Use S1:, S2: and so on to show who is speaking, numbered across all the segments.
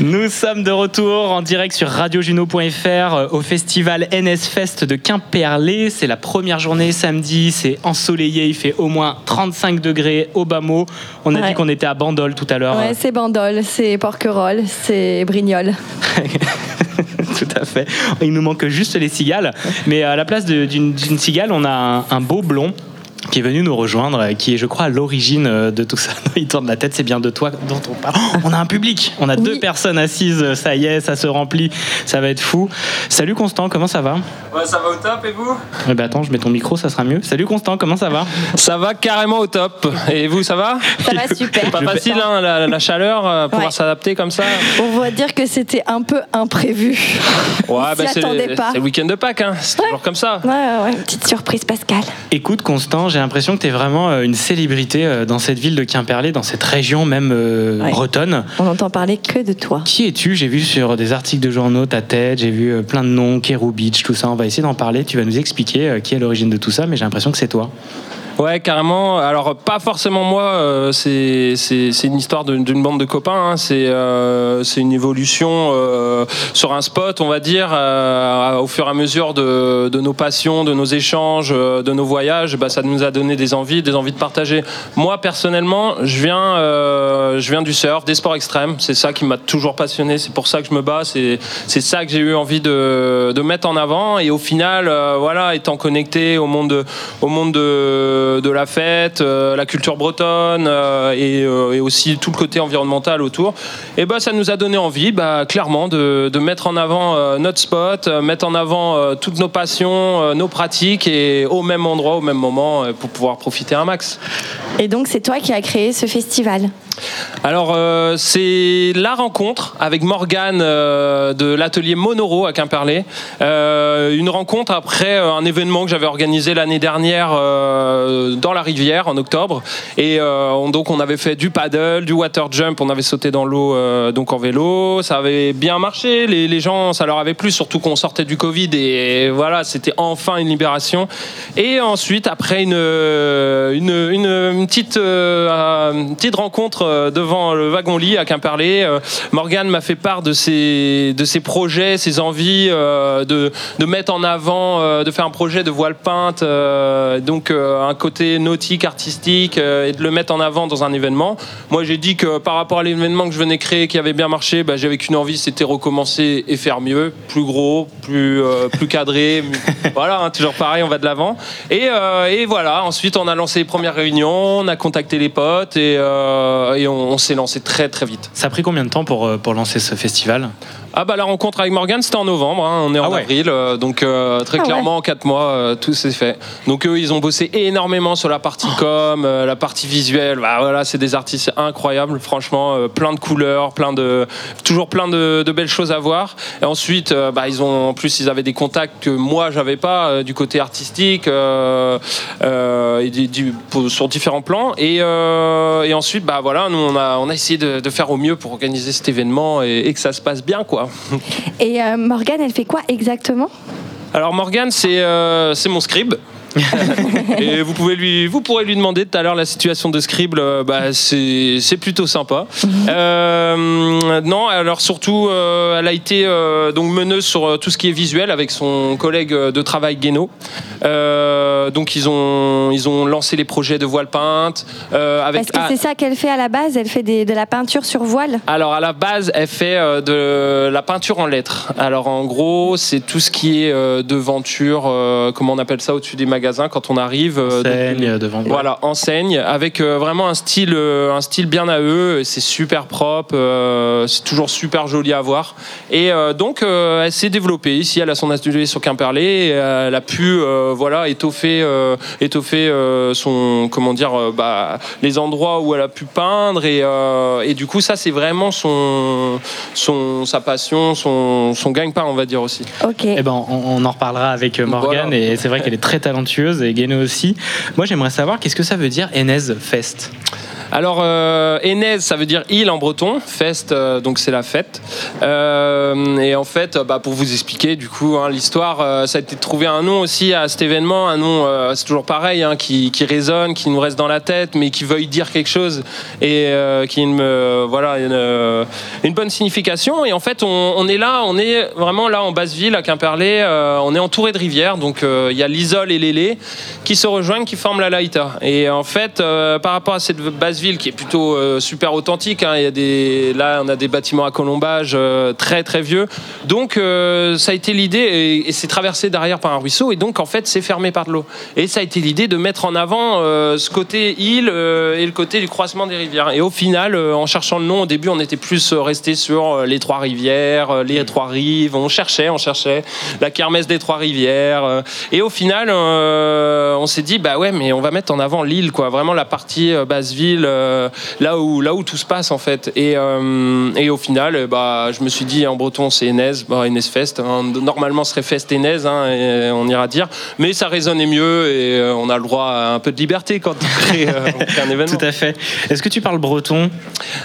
S1: Nous sommes de retour en direct sur radiojuno.fr euh, au festival NS Fest de Quimperlé. C'est la première journée samedi, c'est ensoleillé, il fait au moins 35 degrés au bas mot. On a
S2: Ouais.
S1: dit qu'on était à Bandol tout à l'heure. euh,
S2: Ouais, c'est Bandol, c'est Porquerolles, c'est Brignoles.
S1: Tout à fait. Il nous manque juste les cigales. Mais à la place de- d'une d'une cigale, on a un, un beau blond qui est venu nous rejoindre, euh, qui est, je crois, à l'origine euh, de tout ça. Il tourne la tête, c'est bien de toi dont on parle. Oh, On a un public, on a
S2: Oui.
S1: deux personnes assises, euh, ça y est, ça se remplit, ça va être fou. Salut Constant, comment ça va
S3: Ouais, ça va au top et vous
S1: Eh ben attends, je mets ton micro, ça sera mieux. Salut Constant, comment ça va
S3: Ça va carrément au top. Et vous, ça va
S2: Ça va super.
S3: Pas facile, hein, la, la chaleur, euh, pouvoir
S2: Ouais.
S3: s'adapter comme ça.
S2: On va dire que c'était un peu imprévu.
S3: Ouais,
S2: s'y
S3: c'est
S2: attendait pas.
S3: c'est le week-end de Pâques, hein. c'est toujours comme ça.
S2: Ouais, ouais, ouais, une petite surprise, Pascal.
S1: Écoute Constant, j'ai l'impression que tu es vraiment euh, une célébrité euh, dans cette ville de Quimperlé, dans cette région même euh,
S2: Ouais.
S1: bretonne.
S2: On n'entend parler que de toi.
S1: Qui es-tu J'ai vu sur des articles de journaux ta tête, j'ai vu euh, plein de noms, Kérou Beach, tout ça. On va essayer d'en parler. Tu vas nous expliquer euh, qui est à l'origine de tout ça, mais j'ai l'impression que c'est toi.
S3: Ouais, carrément. Alors, pas forcément moi, euh, c'est c'est- c'est une histoire d'une d'une bande de copains. hein. C'est euh, c'est une évolution euh, sur un spot, on va dire, euh, au fur et à mesure de, de nos passions, de nos échanges, euh, de nos voyages. Bah, ça nous a donné des envies, des envies de partager. Moi, personnellement, je viens, euh, je viens du surf, des sports extrêmes. C'est ça qui m'a toujours passionné. C'est pour ça que je me bats. C'est c'est ça que j'ai eu envie de, de mettre en avant. Et au final, euh, voilà, étant connecté au monde de, au monde de, de la fête, euh, la culture bretonne euh, et, euh, et aussi tout le côté environnemental autour, et ben ça nous a donné envie, bah, clairement, de, de mettre en avant euh, notre spot, euh, mettre en avant euh, toutes nos passions, euh, nos pratiques et au même endroit, au même moment, euh, pour pouvoir profiter un max.
S2: Et donc, c'est toi qui as créé ce festival.
S3: Alors, euh, c'est la rencontre avec Morgane euh, de l'atelier Monoro à Quimperlé. Euh, une rencontre après euh, un événement que j'avais organisé l'année dernière euh, dans la rivière en octobre. Et euh, on- donc, on avait fait du paddle, du water jump, on avait sauté dans l'eau euh, donc en vélo. Ça avait bien marché, les, les gens, ça leur avait plu, surtout qu'on sortait du Covid et voilà, c'était enfin une libération. Et ensuite, après une, euh, une, une, une petite, euh, une petite rencontre euh, devant le wagon-lit à Quimperlé, euh, Morgane m'a fait part de ses, de ses projets, ses envies euh, de, de mettre en avant, euh, de faire un projet de voile peinte, euh, donc euh, un côté nautique, artistique, euh, et de le mettre en avant dans un événement. Moi, j'ai dit que par rapport à l'événement que je venais créer, qui avait bien marché, bah, j'avais qu'une envie, c'était recommencer et faire mieux, plus gros, plus, euh, plus cadré. voilà, hein, toujours pareil, on va de l'avant. Et, euh, et voilà, ensuite, on a lancé les premières réunions, on a contacté les potes et, euh, et on, on s'est lancé très, très vite.
S1: Ça a pris combien de temps pour, euh, pour lancer ce festival
S3: Ah, bah, la rencontre avec Morgane, c'était en novembre, hein, on est
S1: Ah
S3: en
S1: ouais.
S3: avril, euh, donc euh, très
S2: Ah ouais.
S3: clairement, en quatre mois, euh, tout s'est fait. Donc, eux, ils ont bossé énormément sur la partie
S2: Oh.
S3: com, euh, la partie visuelle. Bah, voilà, c'est des artistes incroyables, franchement, euh, plein de couleurs, plein de. toujours plein de, de belles choses à voir. Et ensuite, euh, bah, ils ont, en plus, ils avaient des contacts que moi, j'avais pas euh, du côté artistique, euh, euh, et du- du- pour- sur différents plans. Et, euh, et ensuite, bah, voilà, nous, on a, on a essayé de, de faire au mieux pour organiser cet événement et- et que ça se passe bien, quoi.
S2: Et euh, Morgane, elle fait quoi exactement
S3: Alors Morgane, c'est euh, c'est mon scribe. et vous, pouvez lui, vous pourrez lui demander tout à l'heure la situation de Scribble. euh, bah, c'est c'est plutôt sympa. Euh, non, alors surtout, euh, elle a été euh, donc meneuse sur euh, tout ce qui est visuel avec son collègue euh, de travail Guénaud. Euh, donc ils ont, ils ont lancé les projets de voile peinte. euh, avec
S2: Parce que
S3: ah,
S2: c'est ça qu'elle fait à la base, elle fait des- de la peinture sur voile.
S3: alors à la base, elle fait euh, de la peinture en lettres. Alors en gros, c'est tout ce qui est euh, devanture, euh, comment on appelle ça au-dessus des magasins quand on arrive. euh, donc,
S1: Enseigne, euh, devant
S3: voilà, enseigne avec euh, vraiment un style, euh, un style bien à eux. et C'est super propre, euh, c'est toujours super joli à voir. Et euh, donc, euh, elle s'est développée. Ici, elle a son atelier sur Quimperlé. et, euh, elle a pu, euh, voilà, étoffer, euh, étoffer euh, son, comment dire, euh, bah, les endroits où elle a pu peindre. Et, euh, et du coup, ça, c'est vraiment son, son, sa passion, son, son gagne-pain, on va dire aussi.
S2: Ok.
S1: Eh ben, on, on en reparlera avec euh, Morgane
S3: Voilà.
S1: et c'est vrai qu'elle est très talentueuse et Guéno aussi. Moi, j'aimerais savoir qu'est-ce que ça veut dire NS Fest.
S3: Alors, euh, Enez, ça veut dire île en breton. Fest, euh, donc c'est la fête. Euh, et en fait, euh, bah, pour vous expliquer, du coup, hein, l'histoire, euh, ça a été de trouver un nom aussi à cet événement. Un nom, euh, c'est toujours pareil, hein, qui, qui résonne, qui nous reste dans la tête, mais qui veuille dire quelque chose et euh, qui me voilà une, euh, une bonne signification. Et en fait, on, on est là, on est vraiment là en basse ville à Quimperlé. euh, on est entouré de rivières, donc euh, il y a l'Isole et l'Élé qui se rejoignent, qui forment la Laïta. Et en fait, euh, par rapport à cette basse ville qui est plutôt euh, super authentique, hein, il y a des là on a des bâtiments à colombage euh, très très vieux. Donc euh, ça a été l'idée et, et c'est traversé derrière par un ruisseau et donc en fait c'est fermé par de l'eau. Et ça a été l'idée de mettre en avant euh, ce côté île euh, et le côté du croisement des rivières. Et au final, euh, en cherchant le nom, au début, on était plus euh, resté sur euh, les trois rivières, euh,
S1: Mm.
S3: les trois rives. On cherchait, on cherchait la kermesse des trois rivières. euh. et au final, euh, on s'est dit bah ouais, mais on va mettre en avant l'île, quoi. Vraiment la partie euh, basse ville, euh, là où là où tout se passe en fait. Et, euh, et au final, euh, bah je me suis dit en breton c'est Enez, bah, Enez Fest. hein. normalement, ce serait Fest Enez, hein, et on ira dire. Mais ça résonnait mieux et euh, on a le droit à un peu de liberté quand on crée, euh, on crée un événement.
S1: Tout à fait. Est-ce que tu parles breton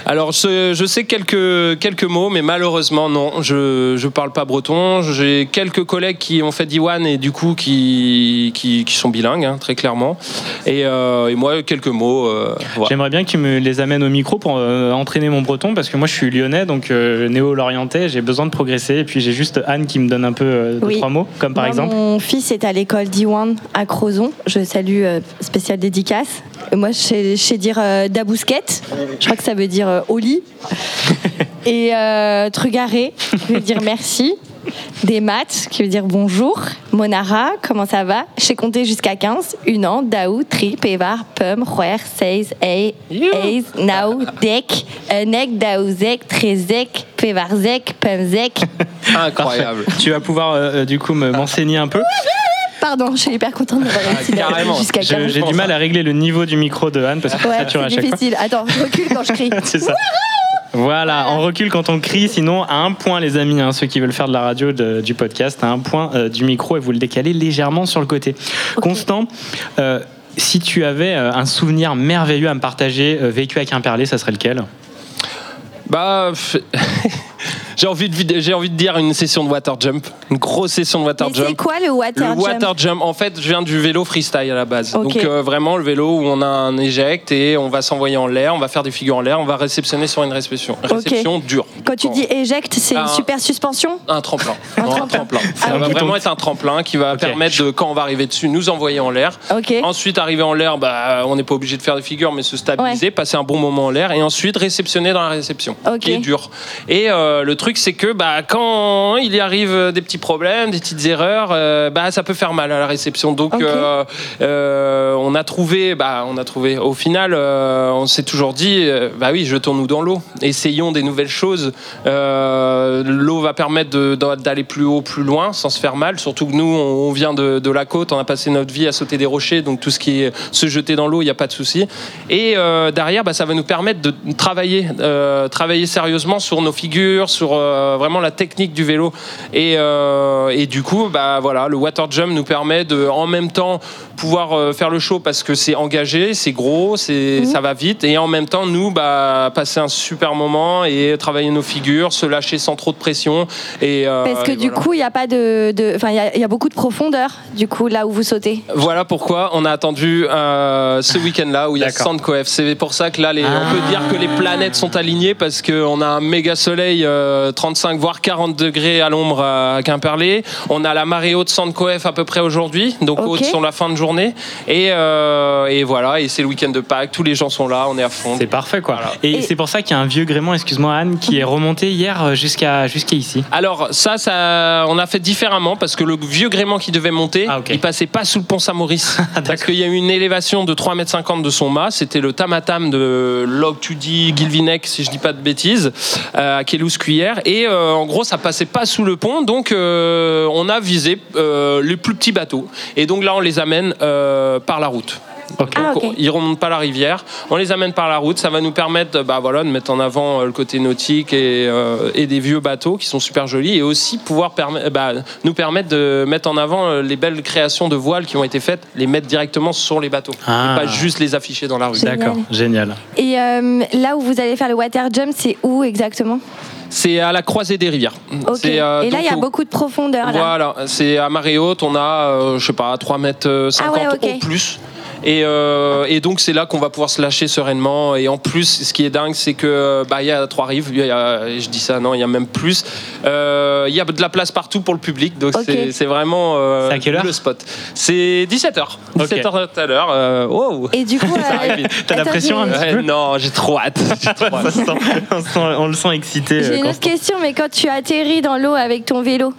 S3: Alors, je, je sais quelques, quelques mots, mais malheureusement, non, je ne parle pas breton. J'ai quelques collègues qui ont fait Diwan et du coup qui, qui, qui sont bilingues, hein, très clairement. Et, euh, et moi, quelques mots. euh, voilà.
S1: J'aimerais bien que tu me les amènes au micro pour euh, entraîner mon breton parce que moi je suis lyonnais donc euh, néo-lorientais, j'ai besoin de progresser et puis j'ai juste Anne qui me donne un peu euh, deux,
S2: Oui.
S1: trois mots comme par
S2: Moi,
S1: exemple.
S2: Mon fils est à l'école d'Iwan à Crozon. Je salue euh, spécial dédicace. Et moi, je sais, je sais dire euh, dabousquette. Je crois que ça veut dire euh, au lit. Et euh, trugaré, qui veut dire merci. Des maths, qui veut dire bonjour. Monara, comment ça va Je sais compter jusqu'à 15. Unan, Daou, Tri, Pévar, Pum, Roer, Seiz, Ei, Eiz, Nao, Dek, euh, Enek, Daouzek, Trezek, Pévarzek, Pumzek.
S3: Incroyable.
S1: Tu vas pouvoir euh, euh, du coup me- m'enseigner un peu.
S2: Pardon, je suis hyper contente d'avoir réussi à-
S3: Ah, carrément.
S2: jusqu'à 15.
S1: Je- J'ai du mal à régler le niveau du micro de Anne parce que ça
S2: Ouais,
S1: sature à
S2: c'est
S1: chaque fois.
S2: difficile. Attends, je recule quand je crie.
S1: C'est ça. Voilà, on recule quand on crie, sinon à un point les amis, hein, ceux qui veulent faire de la radio, de- du podcast, à un point euh, du micro et vous le décalez légèrement sur le côté. Constant, euh, si tu avais euh, un souvenir merveilleux à me partager, euh, vécu avec un perlé, ça serait lequel
S3: Bah, pff, j'ai envie, de vid- j'ai envie de dire une session de water jump, une grosse session de water
S2: Mais c'est
S3: jump.
S2: quoi le water
S3: Le
S2: jump
S3: water jump, en fait, je viens du vélo freestyle à la base.
S2: Ok.
S3: Donc euh, vraiment le vélo où on a un éject et on va s'envoyer en l'air, on va faire des figures en l'air, on va réceptionner sur une réception, réception dure.
S2: Quand tu dis éjecte, c'est
S3: Ah.
S2: une super suspension
S3: un tremplin, Non, un tremplin. Ça
S1: Ah,
S3: va
S1: ok.
S3: vraiment être un tremplin qui va
S1: Ok.
S3: permettre de quand on va arriver dessus, nous envoyer en l'air.
S2: Ok.
S3: Ensuite, arriver en l'air, bah, on n'est pas obligé de faire des figures, mais se stabiliser, passer un bon moment en l'air, et ensuite réceptionner dans la réception,
S2: Ok.
S3: qui est dur. Et euh, le truc, c'est que bah, quand il y arrive euh, des petits problèmes, des petites erreurs, euh, bah, ça peut faire mal à la réception. Donc,
S2: Ok.
S3: euh, euh, on a trouvé, bah, on a trouvé. Au final, euh, on s'est toujours dit, euh, bah oui, jetons-nous dans l'eau, essayons des nouvelles choses. Euh, l'eau va permettre de- d'a- d'aller plus haut, plus loin, sans se faire mal. Surtout que nous, on on vient de, de la côte, on a passé notre vie à sauter des rochers, donc tout ce qui est se jeter dans l'eau, il n'y a pas de souci. Et euh, derrière, bah, ça va nous permettre de travailler, euh, travailler sérieusement sur nos figures, sur euh, vraiment la technique du vélo. Et, euh, et du coup, bah, voilà, le water jump nous permet de, en même temps, pouvoir euh, faire le show parce que c'est engagé, c'est gros, c'est
S2: Mhm.
S3: ça va vite, et en même temps, nous, bah, passer un super moment et travailler nos figures, se lâcher sans trop de pression. Et, euh,
S2: Parce que
S3: et
S2: du
S3: voilà.
S2: coup, il y a pas de, de- enfin, il y a- il y, a beaucoup de profondeur. Du coup, là où vous sautez.
S3: Voilà pourquoi on a attendu euh, ce week-end-là où il y a
S1: D'accord.
S3: Sandcoef. C'est pour ça que là, les-
S1: Ah.
S3: on peut dire que les planètes sont alignées parce qu'on a un méga soleil, euh, 35 voire 40 degrés à l'ombre euh, à Quimperlé. On a la marée haute Sandcoef à peu près aujourd'hui, donc
S2: Ok.
S3: haute sur la fin de journée. Et, euh, et voilà, et c'est le week-end de Pâques, tous les gens sont là, on est à fond.
S1: C'est parfait quoi.
S3: Voilà.
S1: Et,
S2: Et-
S1: c'est pour ça qu'il y a un vieux gréement, excuse-moi Anne, qui est remonté hier euh, jusqu'à jusqu'à ici.
S3: Alors ça, ça, on a fait différemment parce que le vieux gréement qui devait monter,
S1: Ah, ok. Ah,
S3: il passait pas sous le pont Saint-Maurice parce qu'il y a eu une élévation de 3,50 m de son mât. C'était le tamatam de Log Tudy Guilvinec, si je dis pas de bêtises, euh, à Kélouse Cuillère. Et euh, en gros, ça passait pas sous le pont, donc euh, on a visé euh, les plus petits bateaux. Et donc là, on les amène euh, par la route.
S1: Ok.
S2: Ah,
S3: Donc,
S2: ok.
S3: Ils remontent pas la rivière. On les amène par la route. Ça va nous permettre, euh, bah voilà, de mettre en avant euh, le côté nautique et, euh, et des vieux bateaux qui sont super jolis, et aussi pouvoir permet- bah, nous permettre de mettre en avant euh, les belles créations de voiles qui ont été faites, les mettre directement sur les bateaux,
S1: Ah.
S3: et pas juste les afficher dans la rue.
S2: Génial.
S1: D'accord, génial.
S2: Et euh, là où vous allez faire le water jump, c'est où exactement
S3: C'est à la croisée des rivières.
S2: Ok.
S3: C'est, euh,
S2: Et là,
S3: donc
S2: il y a
S3: au-
S2: beaucoup de profondeur. Là.
S3: Voilà, c'est à marée haute, on a, euh, je sais pas, 3 mètres 50
S2: Ah ouais, ok.
S3: au plus. Et, euh, et donc c'est là qu'on va pouvoir se lâcher sereinement. Et en plus, ce qui est dingue, c'est que bah il y a trois rives. il Y a, je dis ça, non, il y a même plus. Euh, Il y a de la place partout pour le public, donc
S2: Ok.
S3: c'est- c'est vraiment euh,
S1: C'est à quelle heure
S3: le spot. C'est 17 h
S1: Ok.
S3: 17 h tout à l'heure. euh, wow.
S2: Et du coup, euh,
S3: arrive vite. hein.
S1: T'as la
S2: attends,
S1: pression,
S2: j'ai-
S1: un petit
S3: Ouais,
S1: peu
S3: non, j'ai trop hâte. J'ai
S1: Ça
S3: trop hâte.
S1: se sent- on, se sent- on le sent excité. euh,
S2: J'ai une
S1: quand
S2: autre question, mais quand tu atterris dans l'eau avec ton vélo,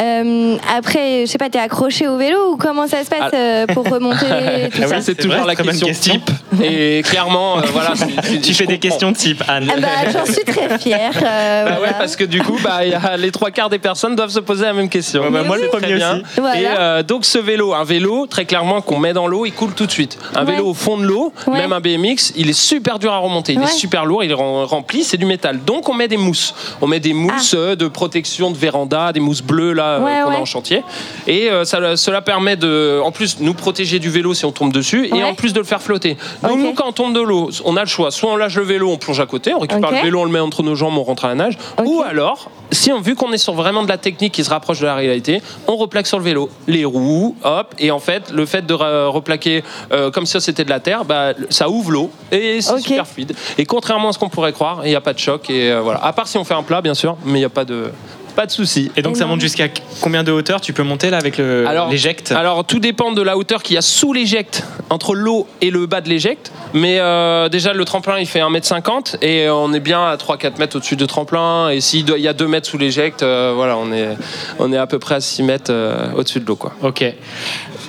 S2: euh, après, je sais pas, t'es accroché au vélo ou comment ça se passe
S3: Ah.
S2: euh, pour remonter et tout
S1: Ah oui,
S2: ça
S3: C'est
S1: C'est vrai,
S3: toujours la
S1: très bonne
S3: question,
S1: question.
S3: type. Et clairement, euh, voilà. c'est- c'est-
S1: Tu
S3: je
S1: fais des
S3: comprends.
S1: questions type Anne.
S2: Ah bah, J'en suis très fière. euh,
S3: Bah ouais,
S2: voilà.
S3: parce que du coup, bah, il y a les trois quarts des personnes doivent se poser la même question.
S1: Ouais, bah, Mais moi, le
S3: C'est
S1: premier
S3: très bien.
S1: aussi.
S2: Voilà.
S3: Et euh, donc ce vélo, un vélo très clairement qu'on met dans l'eau, il coule tout de suite. Un
S2: Ouais.
S3: vélo au fond de l'eau,
S2: Ouais.
S3: même un BMX, il est super dur à remonter, il
S2: Ouais.
S3: est super lourd, il est rem- rempli, c'est du métal. Donc on met des mousses, on met des mousses euh, de protection de véranda, des mousses bleues là euh,
S2: Ah. Ouais,
S3: qu'on
S2: ouais.
S3: a en chantier. Et euh, ça, cela permet de, en plus, nous protéger du vélo si on tombe dessus,
S2: Ouais.
S3: et en plus de le faire flotter. Donc
S2: Ok.
S3: nous, quand on tombe de l'eau, on a le choix, soit on lâche le vélo, on plonge à côté, on récupère
S2: Ok.
S3: le vélo, on le met entre nos jambes, on rentre à la nage,
S2: Ok.
S3: ou alors, si on, vu qu'on est sur vraiment de la technique qui se rapproche de la réalité, on replaque sur le vélo les roues, hop, et en fait, le fait de re- replaquer euh, comme si c'était de la terre, bah, ça ouvre l'eau et c'est
S2: Ok.
S3: super fluide. Et contrairement à ce qu'on pourrait croire, il n'y a pas de choc et euh, voilà. À part si on fait un plat, bien sûr, mais il n'y a pas de pas de souci.
S1: Et donc ça
S2: Énorme.
S1: monte jusqu'à combien de hauteur tu peux monter là avec le
S3: Alors- ah.
S1: l'éjecte
S3: Alors tout dépend de la hauteur qu'il y a sous l'éjecte, entre l'eau et le bas de l'éjecte. Mais euh, déjà le tremplin il fait 1m50 et euh, on est bien à 3-4 mètres au-dessus du tremplin. Et s'il doit- il y a 2 mètres sous l'éjecte, euh, voilà, on est, on est à peu près à 6 mètres euh, au-dessus de l'eau. quoi.
S1: Ok.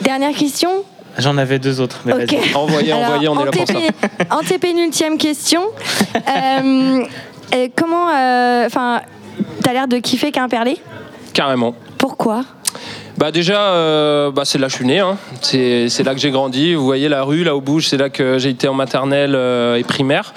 S2: Dernière question.
S1: J'en avais deux autres. Mais
S2: Ok.
S1: vas-y.
S3: Eh ben, Envoyez,
S2: Alors,
S3: envoyez, on est là pour ça.
S2: antépé- Antépénultième question. Euh, euh, comment. Enfin, t'as l'air de kiffer qu'un perlé
S3: Carrément.
S2: Pourquoi
S3: Bah déjà, euh, bah c'est là que je suis né. hein. C'est c'est là que j'ai grandi. Vous voyez la rue, là au bout, c'est là que j'ai été en maternelle euh, et primaire.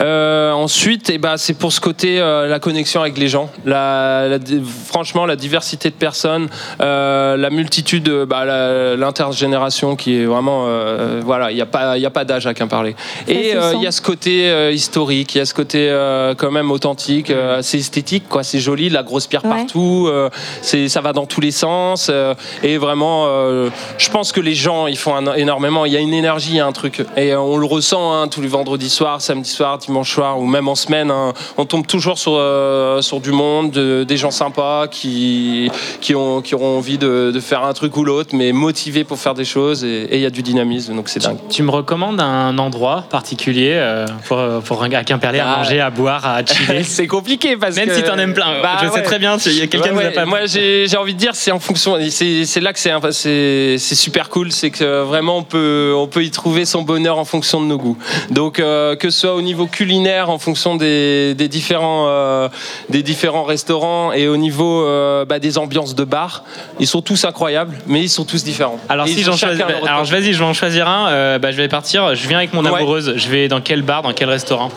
S3: Euh, ensuite, et bah, c'est pour ce côté euh, la connexion avec les gens. La, la di- franchement, la diversité de personnes, euh, la multitude, euh, bah, la- l'intergénération qui est vraiment, euh, voilà, il n'y a pas, il y a pas d'âge à qu'en parler.
S2: se
S3: Et euh, il
S2: sent.
S3: y a ce côté euh, historique, il y a ce côté euh, quand même authentique, euh, c'est esthétique, quoi, c'est joli, la grosse pierre
S2: Ouais.
S3: partout, euh, c'est, ça va dans tous les sens. euh, et vraiment, euh, je pense que les gens, ils font un- énormément. Il y a une énergie, il y a un truc. Et euh, on le ressent hein, tous les vendredis soirs, samedi soir, dimanche soir, ou même en semaine. hein, on tombe toujours sur, euh, sur du monde, de- des gens sympas qui, qui, ont, qui auront envie de, de faire un truc ou l'autre, mais motivés pour faire des choses. Et et il y a du dynamisme, donc c'est dingue.
S1: Tu me recommandes un endroit particulier euh, pour, euh, pour un- à Quimperlé à
S3: Ah.
S1: manger, à boire, à chiller
S3: C'est compliqué parce
S1: Même
S3: que.
S1: si t'en aimes plein.
S3: Bah
S1: je sais
S3: ouais.
S1: très bien, il y a quelqu'un
S3: Ouais,
S1: qui nous a
S3: ouais,
S1: pas
S3: Moi, j'ai j'ai envie de dire, c'est en fonction. C'est c'est là que c'est un- c'est c'est super cool, c'est que euh, vraiment on peut on peut y trouver son bonheur en fonction de nos goûts. Donc euh, que ce soit au niveau culinaire, en fonction des, des différents euh, des différents restaurants et au niveau euh, bah, des ambiances de bar, ils sont tous incroyables, mais ils sont tous différents.
S1: Alors
S3: Et ils
S1: si
S3: ont
S1: j'en
S3: chacun
S1: choisis,
S3: leur
S1: alors je- vas-y, je vais en choisir un. euh, bah, je vais partir. Je viens avec mon
S3: Ouais.
S1: amoureuse. Je vais dans quel bar, dans quel restaurant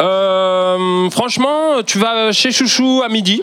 S3: Euh, franchement, tu vas chez Chouchou à midi.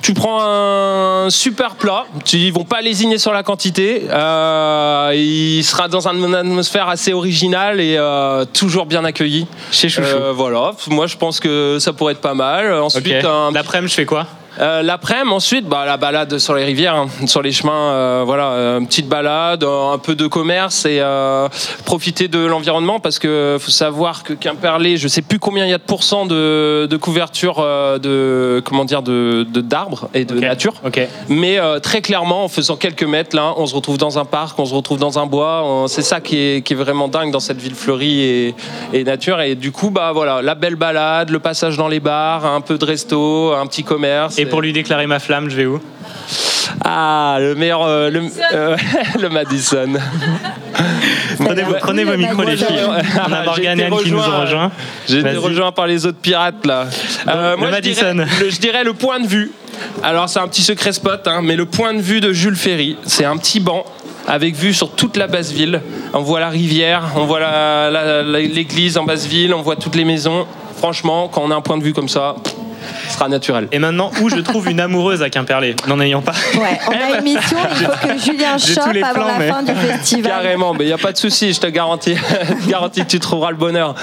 S3: Tu prends un super plat, tu- ils vont pas lésiner sur la quantité. Euh, il sera dans une atmosphère assez originale et euh, toujours bien accueilli.
S1: Chez Chouchou.
S3: Euh, voilà, moi je pense que ça pourrait être pas mal.
S1: ok.
S3: Ensuite, un-
S1: L'après-midi, je fais quoi
S3: euh, l'après-midi, ensuite, bah, la balade sur les rivières, hein, sur les chemins, euh, voilà, euh, une petite balade, euh, un peu de commerce et euh, profiter de l'environnement parce que faut savoir que Quimperlé, je sais plus combien il y a de pourcents de, de couverture euh, de comment dire de de- d'arbres et de
S1: Ok.
S3: nature.
S1: Ok.
S3: Mais euh, très clairement, en faisant quelques mètres, là, on se retrouve dans un parc, on se retrouve dans un bois. on- C'est ça qui est, qui est vraiment dingue dans cette ville fleurie et, et nature. Et du coup, bah voilà, la belle balade, le passage dans les bars, un peu de resto, un petit commerce.
S1: Et pour lui déclarer ma flamme, je vais où
S3: Ah, le meilleur, euh, le, euh, le Madison.
S1: Prenez, vos-
S2: l'air
S1: prenez
S2: cool,
S1: vos
S2: le
S1: micros, les
S2: Madison.
S1: filles. On a
S3: J'ai
S1: Morgane et
S3: été
S1: Anne qui nous ont
S3: rejoint.
S1: rejoints.
S3: J'ai été
S1: Vas-y.
S3: rejoint par les autres pirates là. Euh,
S1: le
S3: moi, je dirais,
S1: Madison.
S3: le- je dirais le point de vue. Alors c'est un petit secret spot, hein, mais le point de vue de Jules Ferry, c'est un petit banc. avec vue sur toute la basse ville. On voit la rivière, on voit la- la- la- l'église en basse ville, on voit toutes les maisons. Franchement, quand on a un point de vue comme ça, ce sera naturel.
S1: Et maintenant, où je trouve une amoureuse à Quimperlé N'en ayant pas.
S2: Ouais, on a une mission, il faut que Julien
S1: j'ai tous
S2: chope
S1: les
S2: avant
S1: plans,
S2: la
S1: mais-
S2: fin du festival.
S3: Carrément, mais il n'y a pas de souci, je te garantis, je te garantis que tu trouveras le bonheur.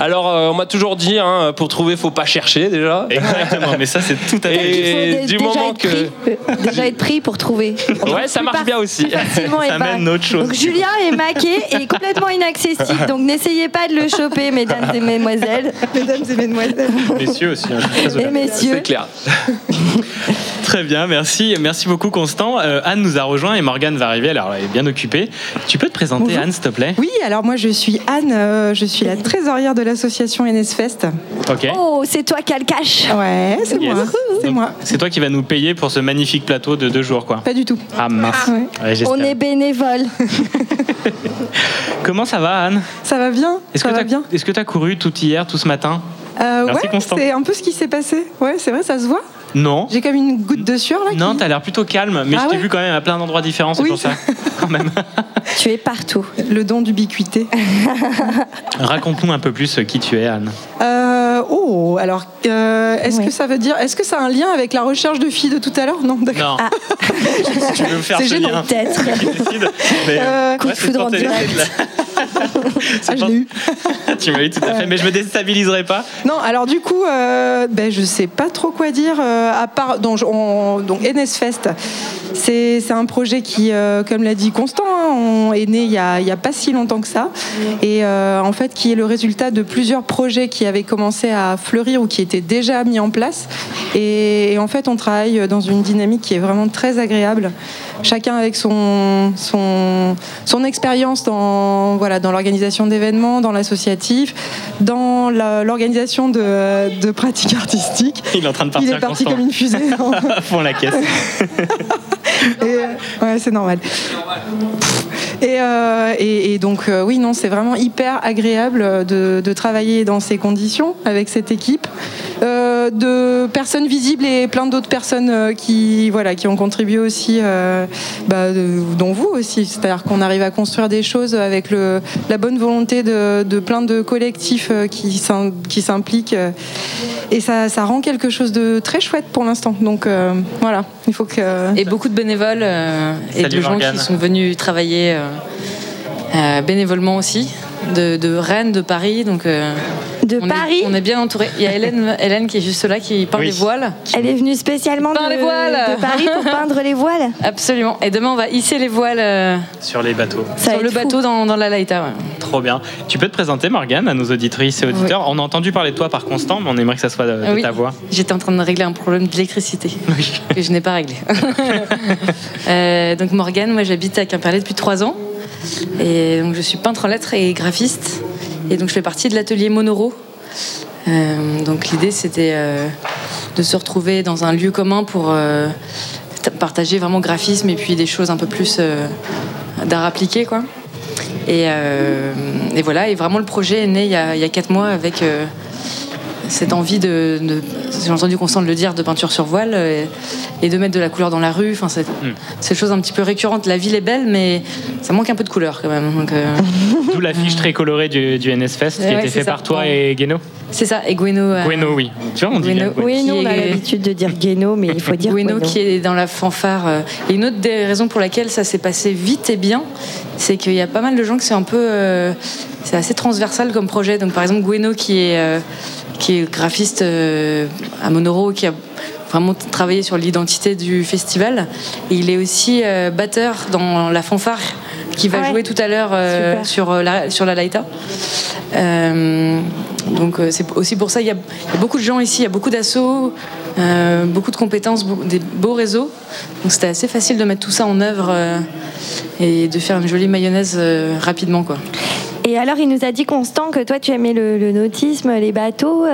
S3: Alors, euh, on m'a toujours dit, hein, pour trouver, faut pas chercher déjà.
S1: Exactement, mais ça, c'est tout à fait.
S3: Et-
S2: Il faut dé-
S3: du
S2: déjà
S3: moment
S2: être pris, euh, déjà être pris pour trouver.
S3: Ouais, ça marche bien aussi.
S2: Facilement,
S1: Ça
S2: et pas-
S1: mène à autre chose.
S2: Donc Julien est maqué et complètement inaccessible, donc n'essayez pas de le choper, mesdames et mesdemoiselles
S4: Mesdames et mesdemoiselles.
S1: Messieurs aussi. hein, je suis désolé.
S2: et messieurs.
S3: C'est clair.
S1: Très bien, merci. Merci beaucoup, Constant. Euh, Anne nous a rejoint et Morgane va arriver. Alors, elle est bien occupée. Tu peux te présenter,
S4: Bonjour.
S1: Anne, s'il te plaît
S4: Oui, alors moi je suis Anne, euh, je suis la trésorière de l'association NSFest.
S1: Ok.
S2: Oh, c'est toi qui as le cash.
S4: Ouais, c'est
S1: Yes.
S4: moi. C'est
S1: Donc,
S4: moi.
S1: C'est toi qui vas nous payer pour ce magnifique plateau de deux jours, quoi.
S4: Pas du tout.
S1: Ah mince.
S4: Ouais.
S1: Ouais, j'espère.
S2: On est bénévole.
S1: Comment ça va, Anne
S4: Ça va bien
S1: Est-ce
S4: Ça
S1: que
S4: va
S1: t'as-
S4: bien
S1: Est-ce que tu as couru tout hier, tout ce matin
S4: Euh,
S1: Merci,
S4: Ouais,
S1: Constant.
S4: c'est un peu ce qui s'est passé. Ouais, c'est vrai, ça se voit.
S1: Non.
S4: J'ai comme une goutte de sueur là.
S1: Non,
S4: qui-
S1: t'as l'air plutôt calme, mais
S4: Ah
S1: je t'ai
S4: ouais
S1: vu quand même à plein d'endroits différents, c'est
S4: Oui.
S1: pour ça. Quand même.
S2: tu es partout.
S4: le don d'ubiquité.
S1: Raconte-nous un peu plus euh, qui tu es, Anne.
S4: Euh, oh, alors euh, est-ce
S2: Ouais.
S4: que ça veut dire, est-ce que ça a un lien avec la recherche de filles de tout à l'heure Non, d'accord.
S1: Non. tu veux me faire
S4: C'est
S1: ce
S4: gênant.
S1: lien
S2: Peut-être.
S1: qui décide, mais,
S4: Euh,
S1: ouais,
S2: coup de
S1: c'est
S2: foudre en
S1: tenté.
S2: direct.
S1: C'est
S4: Ah, je
S1: tenté.
S4: l'ai eu.
S1: tu m'as eu tout à fait, mais je me déstabiliserai pas.
S4: Non, alors du coup, euh, ben, je sais pas trop quoi dire. euh, à part, donc, je- on- donc NSFest, c'est c'est un projet qui, euh, comme l'a dit Constant, hein, on est né il y, a, il y a pas si longtemps que ça, et euh, en fait qui est le résultat de plusieurs projets qui avaient commencé à fleurir ou qui étaient déjà mis en place. Et, et en fait, on travaille dans une dynamique qui est vraiment très agréable. Chacun avec son son, son expérience dans voilà dans l'organisation d'événements, dans l'associatif, dans la- l'organisation de, de pratiques artistiques.
S1: Il est en train de
S4: Il
S1: partir
S4: est parti
S1: Constant.
S4: comme une fusée.
S1: à fond la caisse.
S4: Et, euh, ouais, c'est normal. Et, euh, et- et donc, euh, oui, non, c'est vraiment hyper agréable de, de travailler dans ces conditions avec cette équipe. euh, de personnes visibles et plein d'autres personnes euh, qui voilà qui ont contribué aussi euh, bah, de- dont vous aussi c'est à dire qu'on arrive à construire des choses avec le, la bonne volonté de, de plein de collectifs euh, qui s'im- qui s'impliquent euh, et ça, ça rend quelque chose de très chouette pour l'instant donc euh, voilà il faut que
S5: Et beaucoup de bénévoles euh, et
S1: Salut,
S5: de gens
S1: Morgane.
S5: qui sont venus travailler euh, euh, bénévolement aussi, de, de Rennes, de Paris. Donc, euh,
S2: De
S5: on est-
S2: Paris.
S5: on est bien entouré. Il y a Hélène, Hélène qui est juste là, qui peint
S1: Oui.
S5: les voiles.
S2: Elle est venue spécialement de,
S5: Peins les voiles.
S2: de Paris pour peindre les voiles.
S5: Absolument. Et demain, on va hisser les voiles euh,
S1: Sur les bateaux.
S2: Ça va
S5: sur le
S2: être fou.
S5: bateau dans, dans la Laïta. ouais.
S1: Trop bien. Tu peux te présenter, Morgane, à nos auditrices et auditeurs. On a entendu parler de toi par Constant, mais on aimerait que ça soit de, euh, de
S5: Ah oui.
S1: ta voix.
S5: J'étais en train de régler un problème d'électricité
S1: Oui.
S5: que je n'ai pas réglé. Euh, donc Morgane, moi j'habite à Quimperlé depuis trois ans. Et donc je suis peintre en lettres et graphiste. Et donc je fais partie de l'atelier Monoro. Euh, donc l'idée c'était euh, de se retrouver dans un lieu commun pour euh, t- partager vraiment graphisme et puis des choses un peu plus euh, d'art appliqué quoi. Et, euh, et voilà, et vraiment le projet est né il y a, il y a quatre mois avec euh, cette envie de, de- j'ai entendu Constant le dire, de peinture sur voile euh, et, de mettre de la couleur dans la rue. Enfin, c'est ces choses un petit peu récurrentes. La ville est belle, mais ça manque un peu de couleur quand même. Donc, euh,
S1: D'où l'affiche très colorée du, du NS Fest qui
S5: Ouais,
S1: a été
S5: c'est
S1: fait
S5: ça.
S1: par toi
S5: Ouais.
S1: et Guéno.
S5: c'est ça. Et Gweno. euh,
S1: Guéno, oui. Tu vois, on dit
S5: Guéno,
S1: bien Guéno.
S2: Oui, nous on a
S5: Qui est-
S2: l'habitude de dire guéno, mais il faut dire
S5: Bueno
S2: guéno.
S5: qui est dans la fanfare. euh, Et une autre des raisons pour laquelle ça s'est passé vite et bien, c'est qu'il y a pas mal de gens que c'est un peu. euh, c'est assez transversal comme projet. Donc par exemple, Gweno qui est, euh, qui est graphiste euh, à Monoro, qui a vraiment travaillé sur l'identité du festival. Et il est aussi euh, batteur dans la fanfare qui va
S2: Ah ouais.
S5: jouer tout à l'heure euh,
S2: Super.
S5: sur, euh, la, sur la Laïta. Euh, donc euh, c'est aussi pour ça il y, a il y a beaucoup de gens ici, il y a beaucoup d'assauts, euh, beaucoup de compétences, beaucoup- des beaux réseaux. Donc c'était assez facile de mettre tout ça en œuvre euh, et de faire une jolie mayonnaise euh, rapidement quoi.
S2: Et alors, il nous a dit, Constant, que toi, tu aimais le, le nautisme, les bateaux.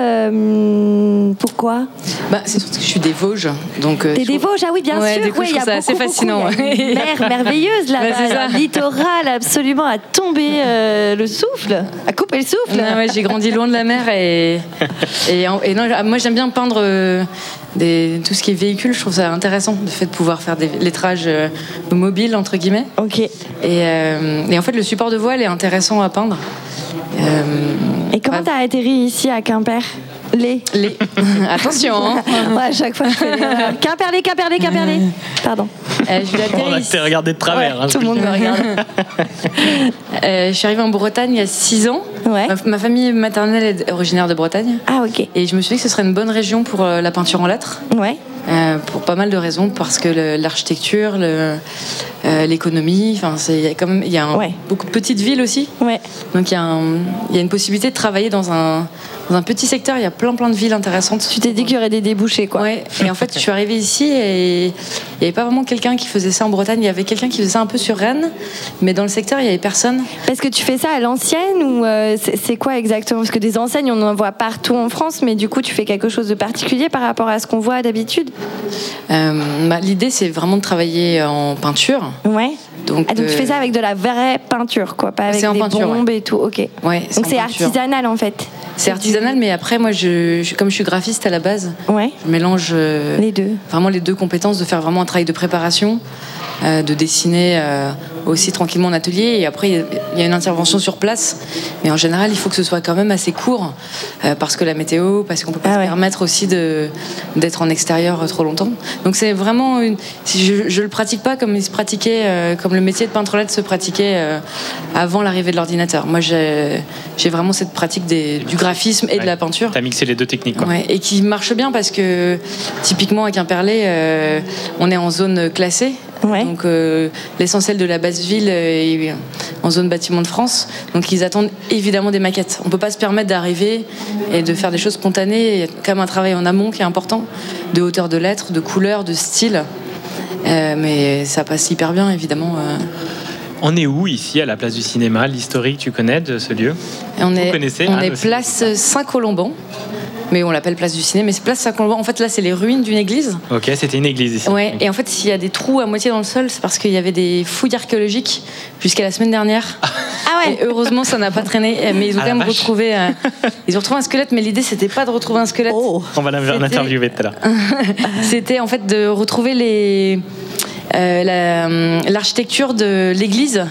S2: euh, pourquoi
S5: Bah, c'est surtout que je suis des Vosges, donc. euh,
S2: T'es
S5: je
S2: des
S5: trouve-
S2: Vosges, ah oui, bien
S5: Ouais,
S2: sûr.
S5: du coup,
S2: ouais,
S5: je
S2: il y a
S5: trouve ça assez
S2: beaucoup,
S5: fascinant,
S2: beaucoup. Il y a une
S5: ouais.
S2: mer merveilleuse
S5: Ouais,
S2: là-bas,
S5: c'est ça.
S2: un littoral absolument à tomber euh, le souffle, à couper le souffle.
S5: Non, ouais, j'ai grandi loin de la mer et, et, en- et non, moi j'aime bien peindre euh, des- tout ce qui est véhicule, je trouve ça intéressant, le fait de pouvoir faire des lettrages euh, mobiles, entre guillemets.
S2: Ok.
S5: Et, euh, et en fait, le support de voile est intéressant à peindre. Euh,
S2: Et comment
S5: Ouais.
S2: t'as atterri ici à Quimper Les.
S5: les... Attention hein.
S2: Ouais, à chaque fois, je fais l'erreur. Quimper les, Quimper les, Quimper les. Pardon.
S5: Euh, je, vais atterrir
S1: On a
S5: ici.
S1: été regardé de travers.
S2: Ouais,
S1: hein,
S2: tout le monde me regarde.
S5: Euh, je suis arrivée en Bretagne il y a 6 ans.
S2: Ouais.
S5: Ma, ma famille maternelle est originaire de Bretagne.
S2: Ah, ok.
S5: Et je me suis dit que ce serait une bonne région pour euh, la peinture en lettres.
S2: Ouais.
S5: Euh, pour pas mal de raisons, parce que le- l'architecture, le- euh, l'économie, enfin, c'est- il y a quand même, il y a un-
S2: Ouais.
S5: beaucoup de petites villes aussi.
S2: Ouais.
S5: Donc il y, a un- il y a une possibilité de travailler dans un, dans un petit secteur. Il y a plein plein de villes intéressantes.
S2: Tu t'es dit qu'il y aurait des débouchés, quoi.
S5: Ouais. Et en fait, je suis arrivée ici et il n'y avait pas vraiment quelqu'un qui faisait ça en Bretagne. Il y avait quelqu'un qui faisait ça un peu sur Rennes, mais dans le secteur, il n'y avait personne.
S2: Parce que tu fais ça à l'ancienne ou euh, c'est c'est quoi exactement Parce que des enseignes, on en voit partout en France, mais du coup, tu fais quelque chose de particulier par rapport à ce qu'on voit d'habitude
S5: Euh, bah, L'idée, c'est vraiment de travailler en peinture.
S2: Ouais.
S5: Donc,
S2: Ah, donc tu
S5: euh,
S2: fais ça avec de la vraie peinture, quoi, pas avec
S5: C'est en
S2: des
S5: peinture,
S2: bombes et tout. Ok.
S5: Ouais,
S2: donc
S5: en
S2: c'est
S5: peinture.
S2: artisanal en fait.
S5: C'est artisanal, mais après, moi, je, je- comme je suis graphiste à la base,
S2: Ouais.
S5: je mélange euh,
S2: Les deux.
S5: vraiment les deux compétences, de faire vraiment un travail de préparation, euh, de dessiner euh, aussi tranquillement en atelier. Et après, il y a- il y a une intervention sur place. Mais en général, il faut que ce soit quand même assez court, euh, parce que la météo, parce qu'on peut pas
S2: Ah
S5: se
S2: ouais.
S5: permettre aussi de- d'être en extérieur euh, trop longtemps. Donc c'est vraiment une... si Je, je le pratique pas comme il se pratiquait, euh, comme le métier de peintre lettre se pratiquait euh, avant l'arrivée de l'ordinateur. Moi, j'ai j'ai vraiment cette pratique des- du graphisme et de la peinture.
S1: T'as mixé les deux techniques. Quoi.
S5: Ouais, et qui marche bien parce que typiquement à Quimperlé, euh, on est en zone classée.
S2: Ouais.
S5: Donc euh, l'essentiel de la basse ville euh, est en zone bâtiment de France. Donc ils attendent évidemment des maquettes. On peut pas se permettre d'arriver et de faire des choses spontanées. Il y a quand même un travail en amont qui est important, de hauteur de lettres, de couleur, de style. Euh, mais ça passe hyper bien évidemment. euh.
S1: On est où ici à la place du cinéma L'historique, tu connais de ce lieu
S5: Et on est,
S1: connaissez,
S5: on
S1: Anne
S5: est
S1: aussi.
S5: place Saint-Colomban, mais on l'appelle place du ciné, mais c'est place Saint-Colomban. En fait, là, c'est les ruines d'une église.
S1: Ok, c'était une église ici.
S5: Ouais, et en fait, s'il y a des trous à moitié dans le sol, c'est parce qu'il y avait des fouilles archéologiques jusqu'à la semaine dernière.
S2: Ah
S5: Et heureusement, ça n'a pas traîné, euh, mais ils ont
S1: Ah, Oh.
S5: quand
S1: la
S5: même
S1: vache.
S5: retrouvé. euh, ils ont retrouvé un squelette, mais l'idée, c'était pas de retrouver un squelette.
S1: On va l'in-
S5: C'était-
S1: l'interviewer tout à l'heure.
S5: C'était en fait de retrouver les euh, la- l'architecture de l'église.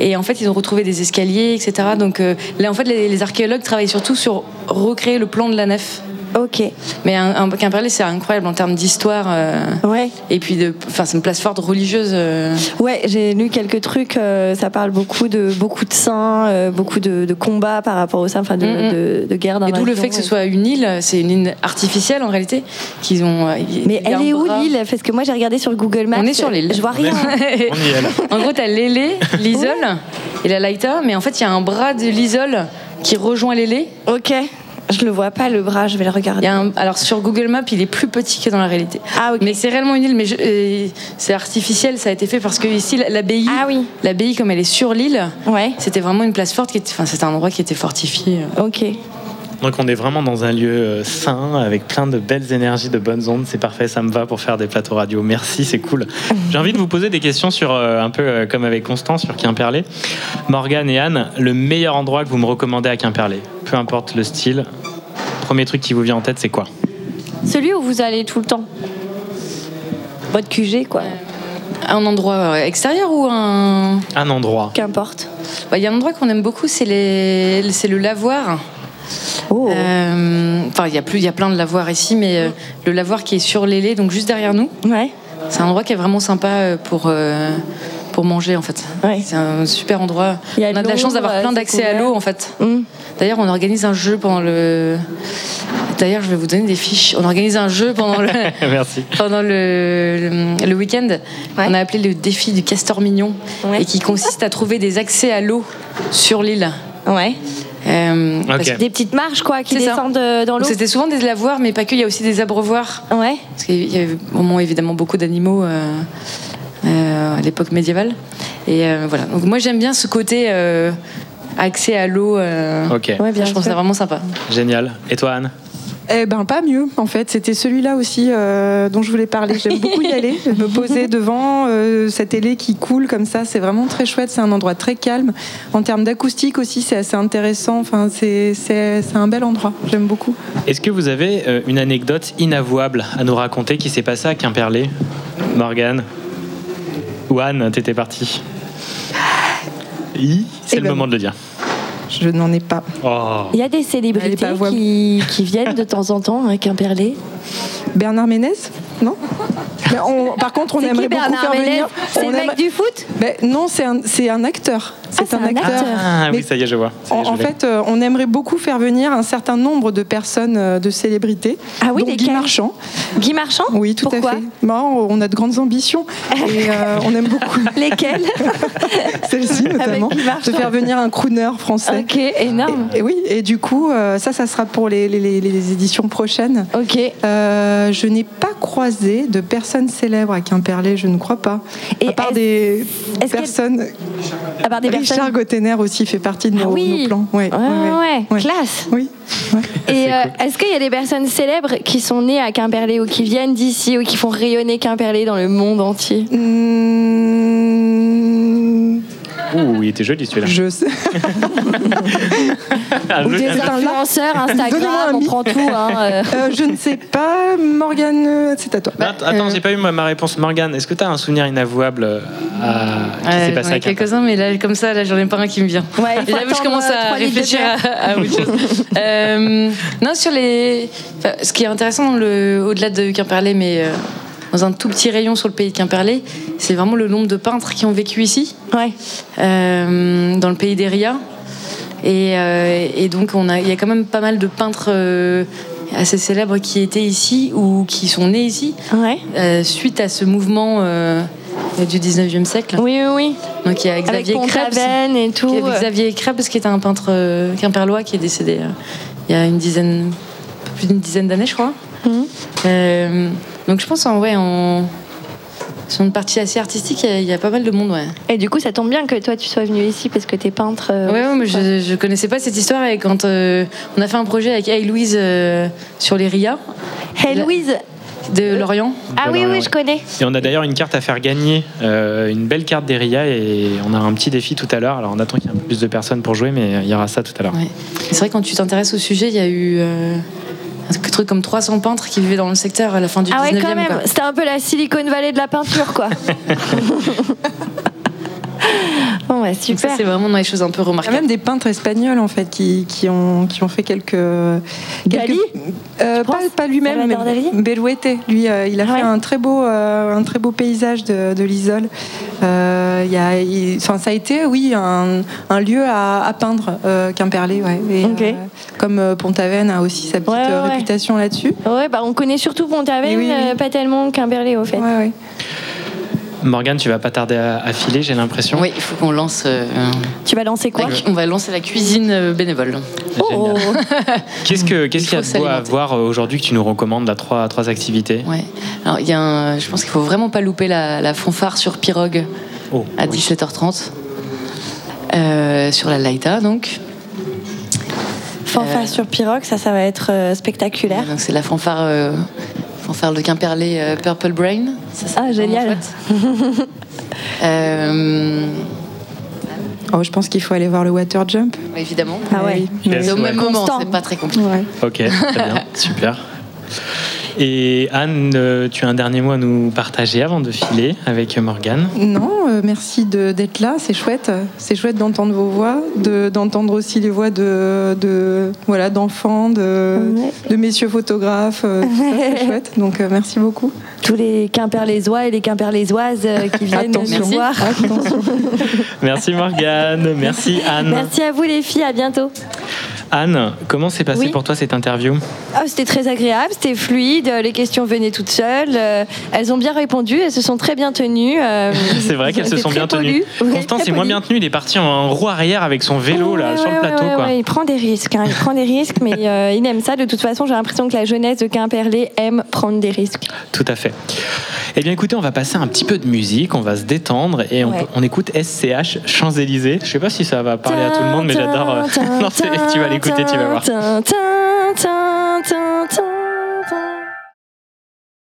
S5: Et en fait, ils ont retrouvé des escaliers, etc. Donc euh, là, en fait, les, les archéologues travaillent surtout sur recréer le plan de la nef.
S2: Ok.
S5: Mais un, un Quimperlé, c'est incroyable en termes d'histoire. euh,
S2: Ouais.
S5: et puis, de- enfin, c'est une place forte religieuse. euh,
S2: Ouais, j'ai lu quelques trucs. euh, ça parle beaucoup de beaucoup de saints, euh, beaucoup de, de combats par rapport aux saints, enfin de,
S5: Mm, mm.
S2: de, de guerre
S5: Et d'où le
S2: d'invasion,
S5: fait que ce
S2: ouais.
S5: soit une île, c'est une île artificielle en réalité, qu'ils ont. euh, y-
S2: Mais
S5: y a
S2: elle
S5: un
S2: est où
S5: bras.
S2: l'île Parce que moi j'ai regardé sur Google Maps.
S5: On est sur l'île.
S2: Je vois
S1: On est-
S2: rien.
S1: On y est là.
S5: En gros, t'as l'Élé, l'Isole
S2: Oh.
S5: et la Laïta, mais en fait, il y a un bras de l'Isole qui rejoint l'Élé.
S2: Ok. Je le vois pas le bras. Je vais le
S5: Il y
S2: regarder.
S5: a un- Alors sur Google Maps, il est plus petit que dans la réalité.
S2: Ah ok.
S5: Mais c'est réellement une île, mais je- euh, c'est artificiel, ça a été fait parce que ici, la- l'abbaye,
S2: Ah oui.
S5: l'abbaye comme elle est sur l'île,
S2: Ouais.
S5: c'était vraiment une place forte, qui était... enfin, c'était un endroit qui était fortifié. euh,
S2: Ok.
S1: Donc on est vraiment dans un lieu euh, sain, avec plein de belles énergies, de bonnes ondes. C'est parfait, ça me va pour faire des plateaux radio. Merci, c'est cool. J'ai envie de vous poser des questions sur euh, un peu euh, comme avec Constant sur Quimperlé. Morgane et Anne, le meilleur endroit que vous me recommandez à Quimperlé, peu importe le style. Premier truc qui vous vient en tête, c'est quoi
S2: Celui où vous allez tout le temps. Votre QG quoi.
S5: Un endroit euh, extérieur ou un
S1: Un endroit.
S2: Qu'importe.
S5: Bah, Il y a un endroit qu'on aime beaucoup, c'est les... c'est le lavoir.
S2: Oh.
S5: Euh, Enfin, il y a plus, il y a plein de lavoirs ici, mais euh, le lavoir qui est sur l'élé, donc juste derrière nous,
S2: Ouais.
S5: c'est un endroit qui est vraiment sympa euh, pour euh, pour manger en fait.
S2: Ouais.
S5: C'est un super endroit.
S2: Il y a
S5: on a de la
S2: l'eau,
S5: chance d'avoir
S2: euh,
S5: plein
S2: c'est
S5: d'accès à
S2: couvert.
S5: l'eau en fait.
S2: Mm.
S5: D'ailleurs, on organise un jeu pendant le. D'ailleurs, je vais vous donner des fiches. On organise un jeu pendant le
S1: Merci.
S5: pendant le, le, le week-end,
S2: Ouais.
S5: on a appelé le défi du castor mignon,
S2: Ouais.
S5: et qui consiste à trouver des accès à l'eau sur l'île.
S2: Ouais.
S5: Euh, parce
S1: Ok.
S5: que
S2: Des petites marches quoi qui
S5: C'est ça.
S2: descendent euh, dans l'eau.
S5: C'était souvent des lavoirs, mais pas que, il y a aussi des abreuvoirs.
S2: Ouais.
S5: Parce qu'il y avait vraiment, évidemment beaucoup d'animaux euh, euh, à l'époque médiévale. Et euh, voilà. Donc moi j'aime bien ce côté euh, accès à l'eau. euh,
S1: Ok,
S2: Ouais bien
S5: Je trouve ça
S2: sûr.
S5: vraiment sympa.
S1: génial. Et toi, Anne
S4: Eh ben pas mieux en fait. C'était celui-là aussi euh, dont je voulais parler. J'aime beaucoup y aller, me poser devant euh, cette télé qui coule comme ça. C'est vraiment très chouette. C'est un endroit très calme. En termes d'acoustique aussi, c'est assez intéressant. Enfin, c'est c'est- c'est un bel endroit. J'aime beaucoup.
S1: Est-ce que vous avez euh, une anecdote inavouable à nous raconter qui s'est passée à Quimperlé Morgane Ou Anne, t'étais partie Hi, C'est
S4: Eh
S1: le
S4: ben,
S1: moment de le dire.
S4: Je n'en ai pas.
S1: Oh.
S2: Il y a des
S4: Elle est
S2: célébrités
S4: pas voix-
S2: qui, qui viennent de temps en temps avec un perlé.
S4: Bernard Ménez Non Mais on- Par contre, on
S2: C'est
S4: aimerait
S2: qui
S4: beaucoup
S2: Bernard
S4: faire
S2: Ménez
S4: venir.
S2: C'est
S4: on
S2: le mec
S4: aimerait-
S2: du foot
S4: Ben, non, c'est un, c'est un acteur.
S2: c'est un acteur.
S1: Ah oui,
S4: euh, Mais-
S1: ça y est, je vois. Ça y
S4: En,
S1: est, je
S4: en
S1: l'ai.
S4: fait, euh, on aimerait beaucoup faire venir un certain nombre de personnes, euh, de célébrités.
S2: Ah oui,
S4: dont Guy
S2: lesquelles
S4: Marchand.
S2: Guy Marchand
S4: Oui, tout
S2: Pourquoi
S4: à fait. Bon, on a de grandes ambitions et euh, on aime beaucoup
S2: Lesquels
S4: celle-ci notamment.
S2: Guy Marchand.
S4: De faire venir un crooner français.
S2: Ok, énorme.
S4: Et, et oui, et du coup, euh, ça, ça sera pour les, les- les- les éditions prochaines.
S2: Ok. Et
S4: Euh, je n'ai pas croisé de personnes célèbres à Quimperlé, je ne crois pas.
S2: est-ce
S4: à part des
S2: est-ce qu'elle-
S4: personnes.
S2: à part des
S4: Richard
S2: personnes.
S4: Gottener aussi fait partie de
S2: Ah
S4: nos,
S2: oui.
S4: nos plans. Ouais,
S2: Ouais,
S4: ouais, ouais.
S2: ouais,
S4: Ouais.
S2: classe.
S4: Oui. ouais.
S2: Et euh, est-ce qu'il y a des personnes célèbres qui sont nées à Quimperlé ou qui viennent d'ici ou qui font rayonner Quimperlé dans le monde entier
S4: Mmh,
S1: Ouh, il était joli celui-là.
S4: je sais.
S1: Ah,
S4: Ou
S1: joli.
S4: des-
S2: Les
S4: un large.
S2: influenceurs,
S4: Donnez-moi un
S2: Instagram, on
S4: mi.
S2: prend tout. hein, euh.
S4: Euh, je ne sais pas, Morgane, euh, c'est à toi.
S1: Non, att- attends, j'ai pas eu ma, ma réponse. Morgane, est-ce que t'as un souvenir inavouable euh, à... qui
S5: Ouais,
S1: s'est
S5: J'en
S1: passé à Quimperlé
S5: ai quelques-uns, mais là, comme ça, là, j'en ai pas un qui me vient.
S2: Ouais, il faut
S5: Et là, je
S2: attendre,
S5: commence
S2: euh,
S5: à
S2: trois litres de
S5: réfléchir
S2: bière.
S5: à, à autre chose. Euh, non, sur les. enfin, ce qui est intéressant, dans le, au-delà de Quimperlé, mais euh, dans un tout petit rayon sur le pays de Quimperlé, c'est vraiment le nombre de peintres qui ont vécu ici,
S2: Ouais.
S5: euh, dans le pays d'Eria. Et, euh, et donc, on a, il y a quand même pas mal de peintres euh, assez célèbres qui étaient ici ou qui sont nés ici,
S2: Ouais.
S5: euh, suite à ce mouvement euh, du 19e siècle.
S2: Oui, oui, oui.
S5: Donc il y a Xavier
S2: Avec
S5: Krebs,
S2: Pont-Aven et tout. euh.
S5: qui est- Xavier Krebs qui était un peintre euh, quimperlois qui est décédé euh, il y a une dizaine, un peu plus d'une dizaine d'années, je crois.
S2: Mhm.
S5: Euh, donc je pense en ouais, en sur une partie assez artistique, il y a- il y, a pas mal de monde, ouais.
S2: Et du coup, ça tombe bien que toi, tu sois venu ici parce que t'es peintre. euh,
S5: Ouais, ouais, mais je, je connaissais pas cette histoire et quand euh, on a fait un projet avec Hey Louise euh, sur les RIA
S2: Hey,
S5: La-
S2: Louise
S5: de Lorient.
S2: Ah oui,
S1: Valorant,
S2: oui,
S1: ouais.
S2: je connais.
S1: Et on a d'ailleurs une carte à faire gagner, euh, une belle carte d'Eria, et on a un petit défi tout à l'heure. Alors on attend qu'il y ait un peu plus de personnes pour jouer, mais il y aura ça tout à l'heure.
S5: Ouais. C'est vrai quand tu t'intéresses au sujet, il y a eu euh, un truc comme 300 peintres qui vivaient dans le secteur à la fin du
S2: Ah
S5: 19e.
S2: ouais, quand
S5: quoi.
S2: même. C'était un peu la Silicon Valley de la peinture, quoi. bon, bah,
S5: Donc ça,
S2: super.
S5: c'est vraiment dans les choses un peu
S4: Il y a
S5: remarquables.
S4: même des peintres espagnols en fait qui, qui ont, qui ont fait quelques. quelques-
S2: Dali
S4: Euh,
S2: Tu
S4: pas,
S2: penses
S4: pas lui-même, mais
S2: Salvador Dali
S4: Belouete. Lui, euh, il a
S2: Ah ouais.
S4: fait un très beau, euh, un très beau paysage de, de l'isole. Euh, il y a- il- enfin, ça a été, oui, un, un lieu à, à peindre, euh, Quimperlé. Ouais. Et,
S2: Ok.
S4: euh, comme euh, Pont-Aven a aussi sa petite
S2: Ouais, ouais,
S4: euh,
S2: ouais.
S4: réputation là-dessus.
S2: Ouais, bah, on connaît surtout Pont-Aven,
S4: Mais oui, oui.
S2: euh, pas tellement Quimberlé, au fait.
S4: Ouais, ouais.
S1: Morgane, tu vas pas tarder à, à filer, j'ai l'impression.
S5: Oui, il faut qu'on lance. euh,
S2: Tu vas lancer quoi
S5: la cu- on va lancer la cuisine euh, bénévole.
S2: Oh,
S1: Génial. Qu'est-ce que- qu'est-ce
S5: Il
S1: qu'il y a de beau
S5: faut
S1: à
S5: s'alimenter.
S1: voir euh, aujourd'hui que tu nous recommandes là, trois, trois activités
S5: Ouais. Alors, il y a un- je pense qu'il faut vraiment pas louper la, la fanfare sur pirogue
S1: Oh,
S5: à
S1: oui.
S5: 17h30. Euh, sur la Laïta, donc.
S2: fanfare sur pirogue, ça, ça va être euh, spectaculaire.
S5: Donc, C'est la fanfare, euh, fanfare de Quimperlé euh, Purple Brain. Ça, ça,
S2: Ah,
S5: c'est
S2: génial.
S5: vraiment chouette. Euh,
S4: Oh, je pense qu'il faut aller voir le water jump.
S5: bah, évidemment.
S2: Ah ouais.
S4: Oui.
S1: Yes,
S5: Mais au
S1: ouais.
S5: même moment,
S2: Constant.
S5: c'est pas très compliqué.
S4: Ouais.
S1: Ok, très bien, super. Et Anne, euh, tu as un dernier mot à nous partager avant de filer avec Morgane
S4: Non, euh, merci de- d'être là, c'est chouette. C'est chouette d'entendre vos voix, de- d'entendre aussi les voix de, de- voilà d'enfants, de,
S2: Ouais.
S4: de messieurs photographes. euh, tout ça, c'est chouette. Donc euh, merci beaucoup.
S2: Tous les Quimperlésois et les Quimperlésoises euh, qui viennent
S4: Attention.
S2: nous voir.
S1: Merci Morgane, merci Anne.
S2: Merci à vous, les filles. À bientôt.
S1: Anne, comment s'est passée
S2: Oui.
S1: pour toi cette interview
S2: Ah, c'était très agréable, c'était fluide, euh, les questions venaient toutes seules. euh, Elles ont bien répondu, elles se sont très bien tenues. euh,
S1: C'est vrai
S2: elles
S1: qu'elles
S2: ont
S1: se
S2: été
S1: sont
S2: très
S1: bien
S2: polies.
S1: tenues.
S2: Ouais,
S1: Constance
S2: très
S1: est moins
S2: polies.
S1: bien tenue, il est parti en roue arrière avec son vélo là,
S2: Ouais,
S1: sur le
S2: ouais,
S1: plateau.
S2: ouais,
S1: quoi.
S2: ouais, il prend des risques, hein, il prend des risques, mais euh, il aime ça. De toute façon, j'ai l'impression que la jeunesse de Quimperlé aime prendre des risques.
S1: Tout à fait. Eh bien écoutez, on va passer un petit peu de musique, on va se détendre et on,
S2: Ouais.
S1: on écoute SCH euh, Champs-Élysées. Je sais pas si ça va parler à tout le monde, mais j'adore. euh, Non, c'est- tu vas l'écouter, tu vas voir.
S2: Tin, tin, tin,